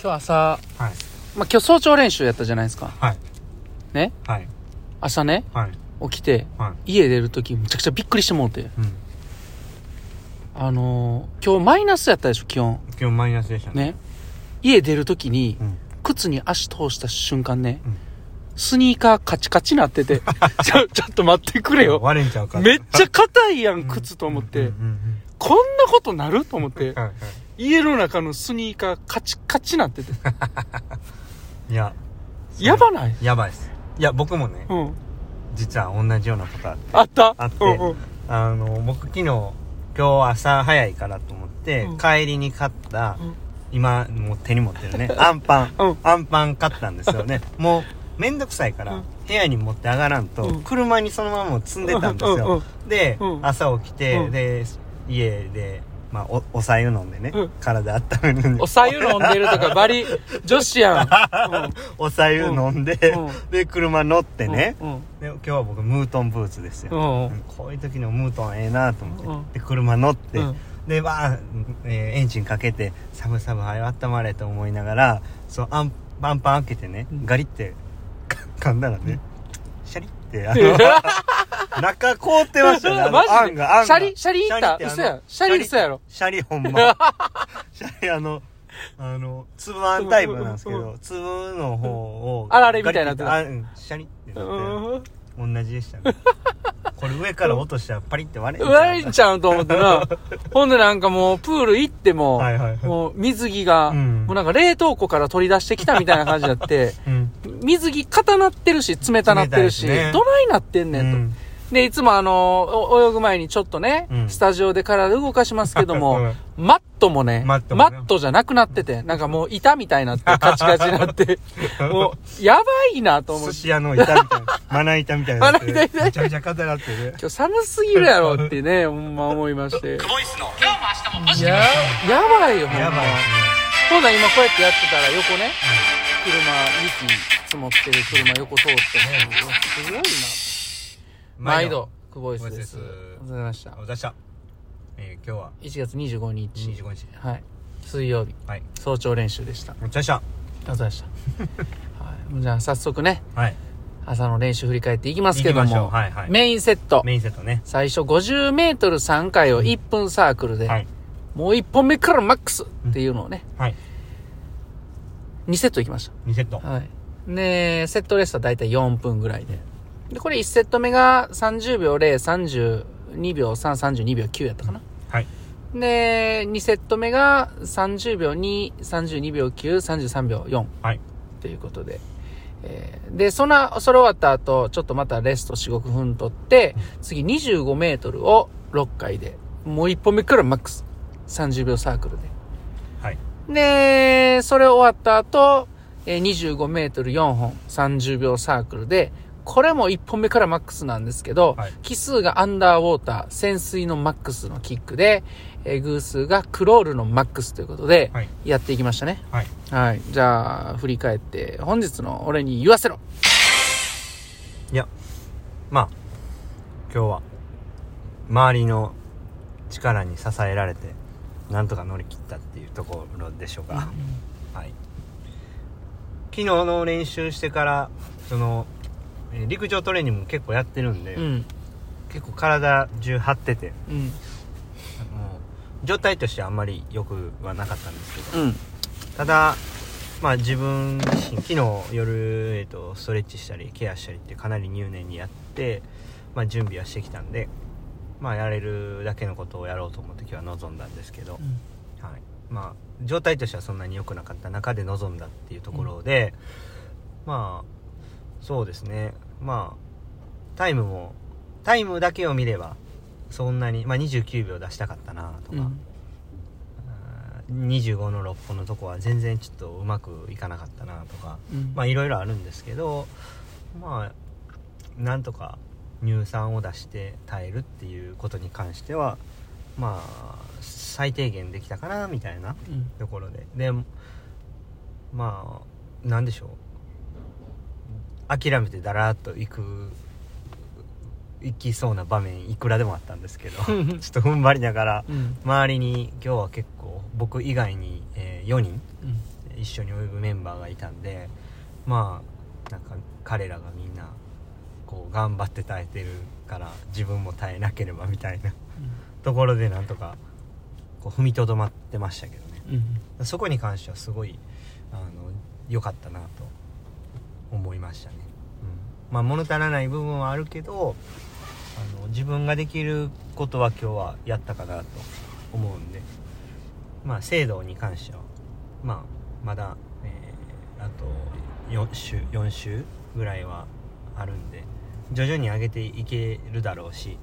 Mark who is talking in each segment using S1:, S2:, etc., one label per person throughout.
S1: 今日朝、
S2: はい
S1: まあ、今日早朝練習やったじゃないですか。
S2: はい
S1: ね
S2: はい
S1: 朝ね、
S2: はい
S1: 起きて、
S2: はい
S1: 家出るとき、むちゃくちゃびっくりしてもうて。
S2: うん
S1: あのー今日マイナスやったでしょ、気温。
S2: 今日マイナスでしたね
S1: ね。家出るときに、
S2: うん
S1: 靴に足通した瞬間ね、
S2: うん
S1: スニーカーカチカチなってて、 ちょ、ちょっと待ってくれよ。
S2: 割れんちゃうから
S1: めっちゃ硬いや、
S2: うんん
S1: 靴と思っ
S2: うん
S1: て
S2: うん。うん
S1: こんなことなると思って
S2: うん。はいは
S1: 家の中のスニーカーカチカチなって て。
S2: いいや
S1: やばない
S2: やばいですいや僕もね
S1: うん。
S2: 実は同じようなことあって
S1: あった
S2: あって
S1: うんうん。
S2: あの僕昨日今日朝早いからと思って、
S1: うん
S2: 帰りに買った、
S1: うん
S2: 今もう手に持って るねアンパン、
S1: うん
S2: アンパン買ったんですよねもうめんどくさいから、
S1: うん
S2: 部屋に持って上がらんと、
S1: うん
S2: 車にそのまま積んでたんですよ、
S1: うんうん
S2: で、
S1: うん
S2: 朝起きて、
S1: うん
S2: で家で、まあ、おおさゆ飲んでね、
S1: うん
S2: 体温めるんで
S1: おさゆ飲んでるとかバリ女子 やん。
S2: おさゆ飲んで、
S1: うんうん
S2: で車乗って
S1: うん
S2: ね、
S1: うん
S2: で今日は僕ムートンブーツですよ、
S1: うんうん
S2: こういう時のムートンええなと思って、
S1: うん
S2: で車乗って、
S1: うん
S2: でわあ、えーエンジンかけてサブサブはよ温まれと思いながらそうアンアンパン開けてね、
S1: うん
S2: ガリって か噛んだらね、シャリってあ
S1: え
S2: の中凍ってましたねあの
S1: マジで
S2: あんがあんが
S1: シャリシャリいった
S2: てあの
S1: 嘘やシャリ嘘やろ
S2: シャリほん まシャリあのあの粒あんタイプなんですけ
S1: うんうん
S2: ど粒の方を
S1: あられみたいになってた
S2: ガリってあうんシャリってなって
S1: うん
S2: 同じでした ねこれ上から落としたらパリって割れんちゃう
S1: 割れちゃうと思って な。ほんでなんかもうプール行っても、
S2: はいはいはい
S1: もう水着が、
S2: うん
S1: もうなんか冷凍庫から取り出してきたみたいな感じだ って、
S2: うん
S1: 水着固なってるし、冷たなってるし、
S2: 冷たいですね
S1: どないなってんねんと。で、いつもあの、お泳ぐ前にちょっとね、
S2: うん
S1: スタジオで体動かしますけども、マットもね、
S2: マットもね
S1: じゃなくなってて、なんかもう板みたいになって、カチカチになって、
S2: うん
S1: もう、やばいなと思っ
S2: 寿
S1: て。
S2: 司屋の板みたいなまな板みたいになって
S1: まな板みたいな
S2: めちゃめちゃ硬なってる
S1: 今日寒すぎるやろってね、 ほんま思いまして。
S2: ボイスの
S1: や、やばいよ、ほんま。
S2: やばいですね
S1: ほんなら今こうやってやってたら横ね、車、雪積もってる車横通ってね、うわすごいな。毎度、久保井です。
S2: 久保井で
S1: あ
S2: す
S1: りがとうございました
S2: お。出したえー今日は
S1: 1月25日。
S2: 25日
S1: はい。水曜日、
S2: はい
S1: 早朝練習でした。あり
S2: お出した
S1: がとうございま した。はい。じゃあ早速ね、
S2: はい
S1: 朝の練習振り返っていきますけど
S2: 行きましょ
S1: も、
S2: うはいはい
S1: メインセット。
S2: メインセットね
S1: 最初50メートル3回を1分サークルで、
S2: はい
S1: もう1本目からマックスっていうのをね、
S2: はい
S1: 2セットいきまし
S2: 2セット
S1: た。はい。で、セットレースはだいたい4分ぐらいで。で、これ1セット目が30秒0、32秒3、32秒9やったかな。
S2: はい
S1: で、2セット目が30秒2、32秒9、33秒4。
S2: はい
S1: ということで。えーで、その、それ終わった後、ちょっとまたレスト4、5分取って、次25メートルを6回で、もう1本目からマックス。30秒サークル
S2: はい
S1: で。で、それ終わった後、えー25メートル4本、30秒サークルで、これも1本目からマックスなんですけど、
S2: はい
S1: 奇数がアンダーウォーター、潜水のマックスのキックで、えー偶数がクロールのマックスということで、
S2: はい
S1: やっていきましたね。
S2: はい
S1: はい。じゃあ、振り返って、本日の俺に言わせろ
S2: いやまあ今日は周りの力に支えられてなんとか乗り切ったっていうところでしょうか、はい、昨日の練習してからそのえー陸上トレーニングも結構やってるんで、
S1: うん。
S2: 結構体中張ってて
S1: うん。
S2: もう状態としてあんまり良くはなかったんですけど
S1: うん。
S2: ただまあ自分自身昨日夜、えー、とストレッチしたりケアしたりってかなり入念にやって、まあ、準備はしてきたんで、まあ、やれるだけのことをやろうと思って今日は臨んだんですけど、はい、まあ状態としてはそんなに良くなかった中で臨んだっていうところで、まあそうですねまあタイムもタイムだけを見ればそんなに、まあ、29秒出したかったなと
S1: う
S2: か、
S1: ん。
S2: あー25の6本のとこは全然ちょっとうまくいかなかったなとか
S1: うん。
S2: まあいろいろあるんですけどまあなんとか乳酸を出して耐えるっていうことに関してはまあ最低限できたかなみたいな
S1: うん
S2: ところででまあなんでしょう諦めてだらーっと行く行きそうな場面いくらでもあったんですけどちょっと踏ん張りながら
S1: うん。
S2: 周りに今日は結構僕以外に、え4人
S1: うん。
S2: えー一緒に泳ぐメンバーがいたんでまあなんか彼らがみんなこう頑張って耐えてるから自分も耐えなければみたいなところでなんとかこう踏みとどまってましたけどね
S1: うん
S2: そこに関してはすごいあの良かったなと思いましたね、うん、まあ物足らない部分はあるけどあの自分ができることは今日はやったかなと思うんでまあ制度に関してはまあまだ、えーあと4週4週ぐらいはあるんで徐々に上げていけるだろうし、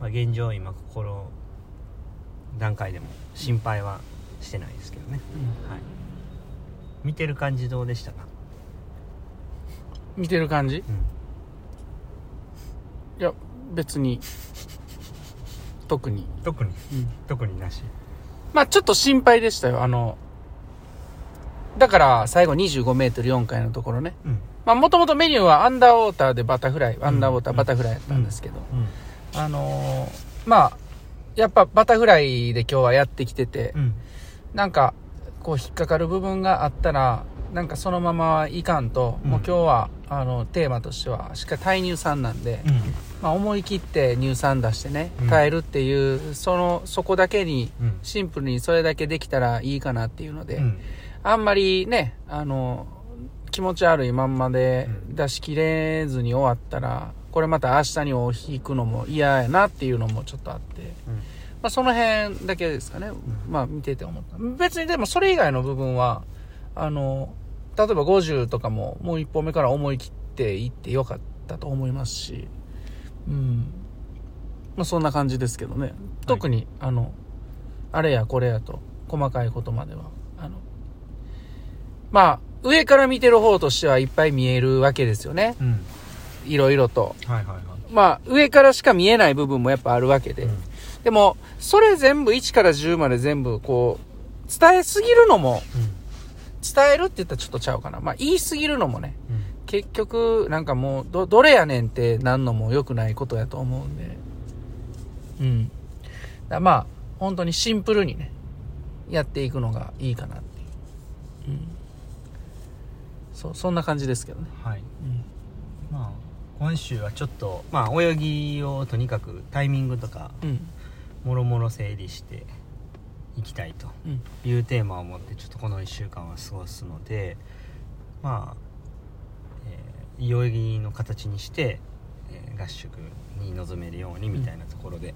S2: まあ、現状今心段階でも心配はしてないですけどね、はい、見てる感じどうでしたか、
S1: 見てる感じいや別に 特に、
S2: 特に特になし
S1: まあちょっと心配でしたよあのだから最後2 5ル4回のところね
S2: うん
S1: まあもともとメニューはアンダーウォーターでバタフライアンダーウォーター
S2: うん
S1: バタフライやったんですけど、
S2: うん
S1: あのーまあやっぱバタフライで今日はやってきてて、
S2: うん
S1: なんかこう引っかかる部分があったらなんかそのままいかんと、
S2: うん
S1: もう今日はあのテーマとしてはしっかり対乳酸なんで、
S2: うん
S1: まあ、思い切って乳酸出してね
S2: うん
S1: 耐えるっていう、そのそこだけに
S2: うん
S1: シンプルにそれだけできたらいいかなっていうので、
S2: うん
S1: あんまりねあの気持ち悪いまんまで
S2: うん
S1: 出し切れずに終わったらこれまた明日にを引くのも嫌やなっていうのもちょっとあって、
S2: うん
S1: まあ、その辺だけですかね、まあ見てて思った別にでもそれ以外の部分はあの例えば50とかももう一歩目から思い切っていってよかったと思いますしうんまあそんな感じですけどね特に、あのあれやこれやと細かいことまではあのまあ上から見てる方としてはいっぱい見えるわけですよね
S2: うん
S1: いろいろと
S2: はいはいはい
S1: まあ上からしか見えない部分もやっぱあるわけで、
S2: うん
S1: でも、それ全部1から10まで全部こう、伝えすぎるのも、伝えるって言ったらちょっとちゃうかな。まあ言いすぎるのもね、
S2: うん
S1: 結局なんかもう、ど、どれやねんってなんのも良くないことやと思うんで。うん。だからまあ、本当にシンプルにね、やっていくのがいいかなっていう。うん。そう、そんな感じですけどね。
S2: はいまあ今週はちょっとまあ泳ぎをとにかくタイミングとか
S1: うん。
S2: もろもろ整理していきたいと
S1: うん。
S2: いうテーマを持ってちょっとこの1週間は過ごすのでまあ、えー、いい泳ぎの形にして、えー合宿に臨めるようにみたいなところで、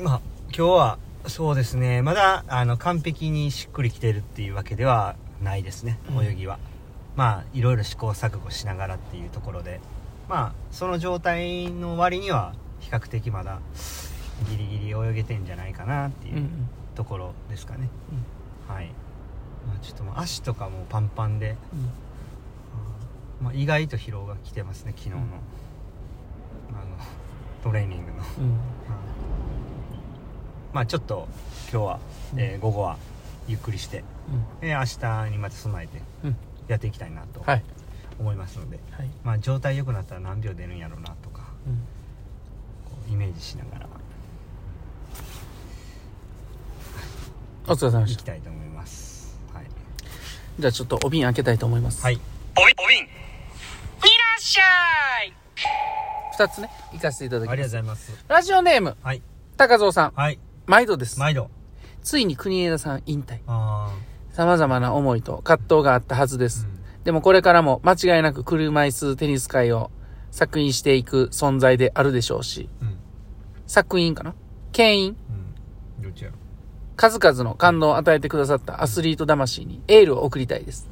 S2: まあ今日はそうですねまだあの完璧にしっくりきてるっていうわけではないですね
S1: うん
S2: 泳ぎは、まあいろいろ試行錯誤しながらっていうところでまあその状態の割には比較的まだギリギリ泳げてんじゃないかなっていう
S1: うん。うん。
S2: ところですかね、はい、まあ、ちょっともう足とかもうパンパンで、
S1: うん。
S2: まあ、意外と疲労が来てますね昨日の,、
S1: うん
S2: あのトレーニングの、
S1: うん。
S2: まあちょっと今日は、えー午後はゆっくりして、えー明日にまた備えて
S1: うん。うん。
S2: やっていきたいなと
S1: はい。
S2: 思いますので、
S1: はい。
S2: まあ状態良くなったら何秒出るんやろうなとか
S1: うん。
S2: こうイメージしながら
S1: お疲れ様で
S2: い
S1: した
S2: き。たいと思いますはい
S1: じゃあちょっとお瓶開けたいと思います。。
S2: はいい
S1: いらっしゃい二つね、行かせていただき
S2: あ
S1: ま
S2: りがとうご
S1: す。
S2: ざいます
S1: ラジオネーム、
S2: はい
S1: 高蔵さん、
S2: はい
S1: 毎度です。
S2: 毎度
S1: ついに国枝さん引退。
S2: ああ
S1: 様々な思いと葛藤があったはずです。でもこれからも間違いなく車椅子テニス界を作品していく存在であるでしょうし、
S2: うんうん
S1: 作品かな牽引
S2: うんどっちやろ
S1: 数々の感動を与えてくださったアスリート魂にエールを送りたいです。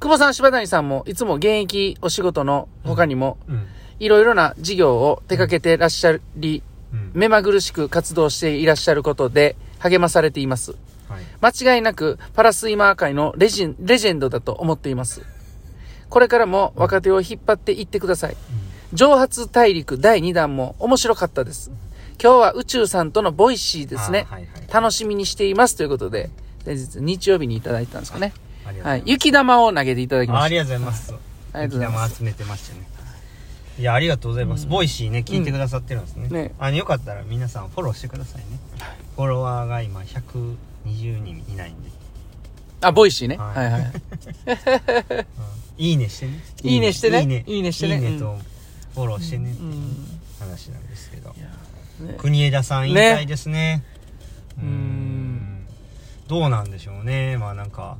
S1: 久保さん、柴谷さんもいつも現役お仕事の他にも
S2: うん
S1: いろいろな事業を手掛けてらっしゃり、
S2: うん
S1: 目まぐるしく活動していらっしゃることで励まされています。
S2: はい
S1: 間違いなくパラスイマー界のレジン、レジェンドだと思っています。これからも若手を引っ張っていってください。蒸発大陸第2弾も面白かったです。今日は宇宙さんとのボイシーですね
S2: あ。はいはい
S1: 楽しみにしていますということで、先日日曜日にいただいたんですかね。
S2: ありがとうござ
S1: はいい
S2: ま。す
S1: 雪玉を投げていただき
S2: あ
S1: ま
S2: あ
S1: し
S2: りがとうございます
S1: た。ありがとうございます。
S2: す集めてましたねいやありがとうございます、ボイシーね聞いてくださってるんですね,、
S1: うんね
S2: あのよかったら皆さんフォローしてくださいねフォロワーが今120人いないんで
S1: あ、ボイシーね。
S2: はい
S1: はいはい。
S2: いいねしてね
S1: いいねしてね
S2: いいね
S1: いいねしてね
S2: いいうね
S1: ん
S2: とフォローしてねって
S1: う。
S2: いうん話なんですけど、
S1: いやね
S2: 国枝さん引退ですねうー
S1: うん
S2: どうなんでしょうねまあなんか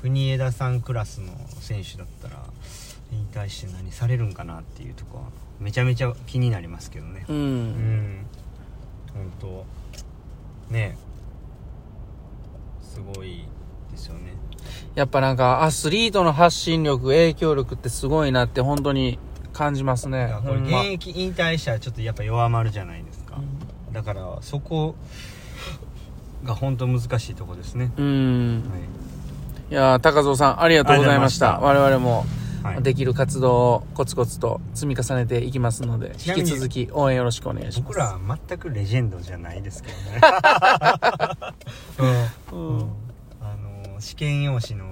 S2: 国枝さんクラスの選手だったら引退して何されるんかなっていうとこはめちゃめちゃ気になりますけどね
S1: う。
S2: うんん本当ねすごいですよね
S1: やっぱなんか、アスリートの発信力、影響力ってすごいなって本当に感じます
S2: だ
S1: ね
S2: から。こ
S1: ほ
S2: れ
S1: ん
S2: 現
S1: ま
S2: 役引退したらちょっとやっぱ弱まるじゃないですか、だからそこが本当難しいとこですね、
S1: うん。
S2: はい
S1: いやー高蔵さん、ありがとうございました。
S2: ありがと
S1: 我
S2: うご
S1: 々も、
S2: はい
S1: できる活動をコツコツと積み重ねていきますので、
S2: ちなみ
S1: 引き
S2: に
S1: 続き応援よろしくお願いします。
S2: 僕らは全くレジェンドじゃないですけどね、うん
S1: うん
S2: あの試験用紙の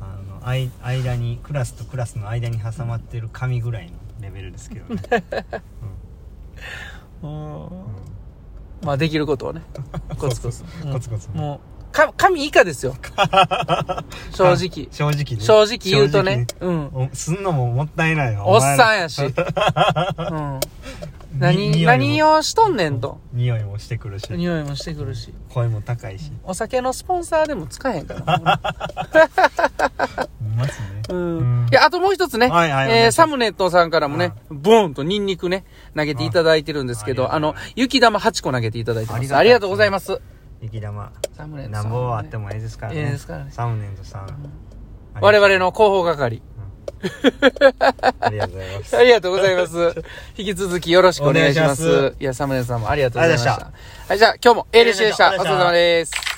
S2: あのあい間にクラスとクラスの間に挟まってる紙ぐらいのレベルですけどね、うん
S1: まあ、できることをね、コツコツ
S2: そう。そう コツコツ
S1: うんもう、か、神以下です よ。正直。
S2: 正直ね
S1: 正直言うとね。うん。
S2: おすんのももったいないわ
S1: おっさん
S2: ん
S1: や し。うん。何、
S2: に
S1: 何をしとんねんと。
S2: 匂いもしてくるし
S1: 匂いもしてくるし。
S2: 声も高いし
S1: お酒のスポンサーでも使えへんから。
S2: ますね
S1: うんいや、あともう一つね、
S2: はいはいお願いし
S1: えー
S2: ます
S1: サムネットさんからもね、ボーンとニンニクね、投げていただいてるんですけ
S2: う
S1: ど、
S2: ん
S1: あ
S2: ありがとう
S1: の
S2: ございま、
S1: 雪玉8個投げていただいてま
S2: ありが
S1: す。
S2: とう
S1: ありがとうございます。
S2: 雪玉
S1: サムネット
S2: な
S1: さん、
S2: んぼあってもええですからね
S1: ええですからね
S2: サムネントさん
S1: 我々の広報係。
S2: ありがとうございます
S1: ありがとうございます。引き続きよろしくお願いします。
S2: お願いし
S1: いや、サムネさんもありがとうございました。
S2: ありがとう
S1: はい、じゃあ今日も A レシでした。お
S2: ありがとう
S1: 疲
S2: ござ
S1: れ
S2: いました
S1: 様です。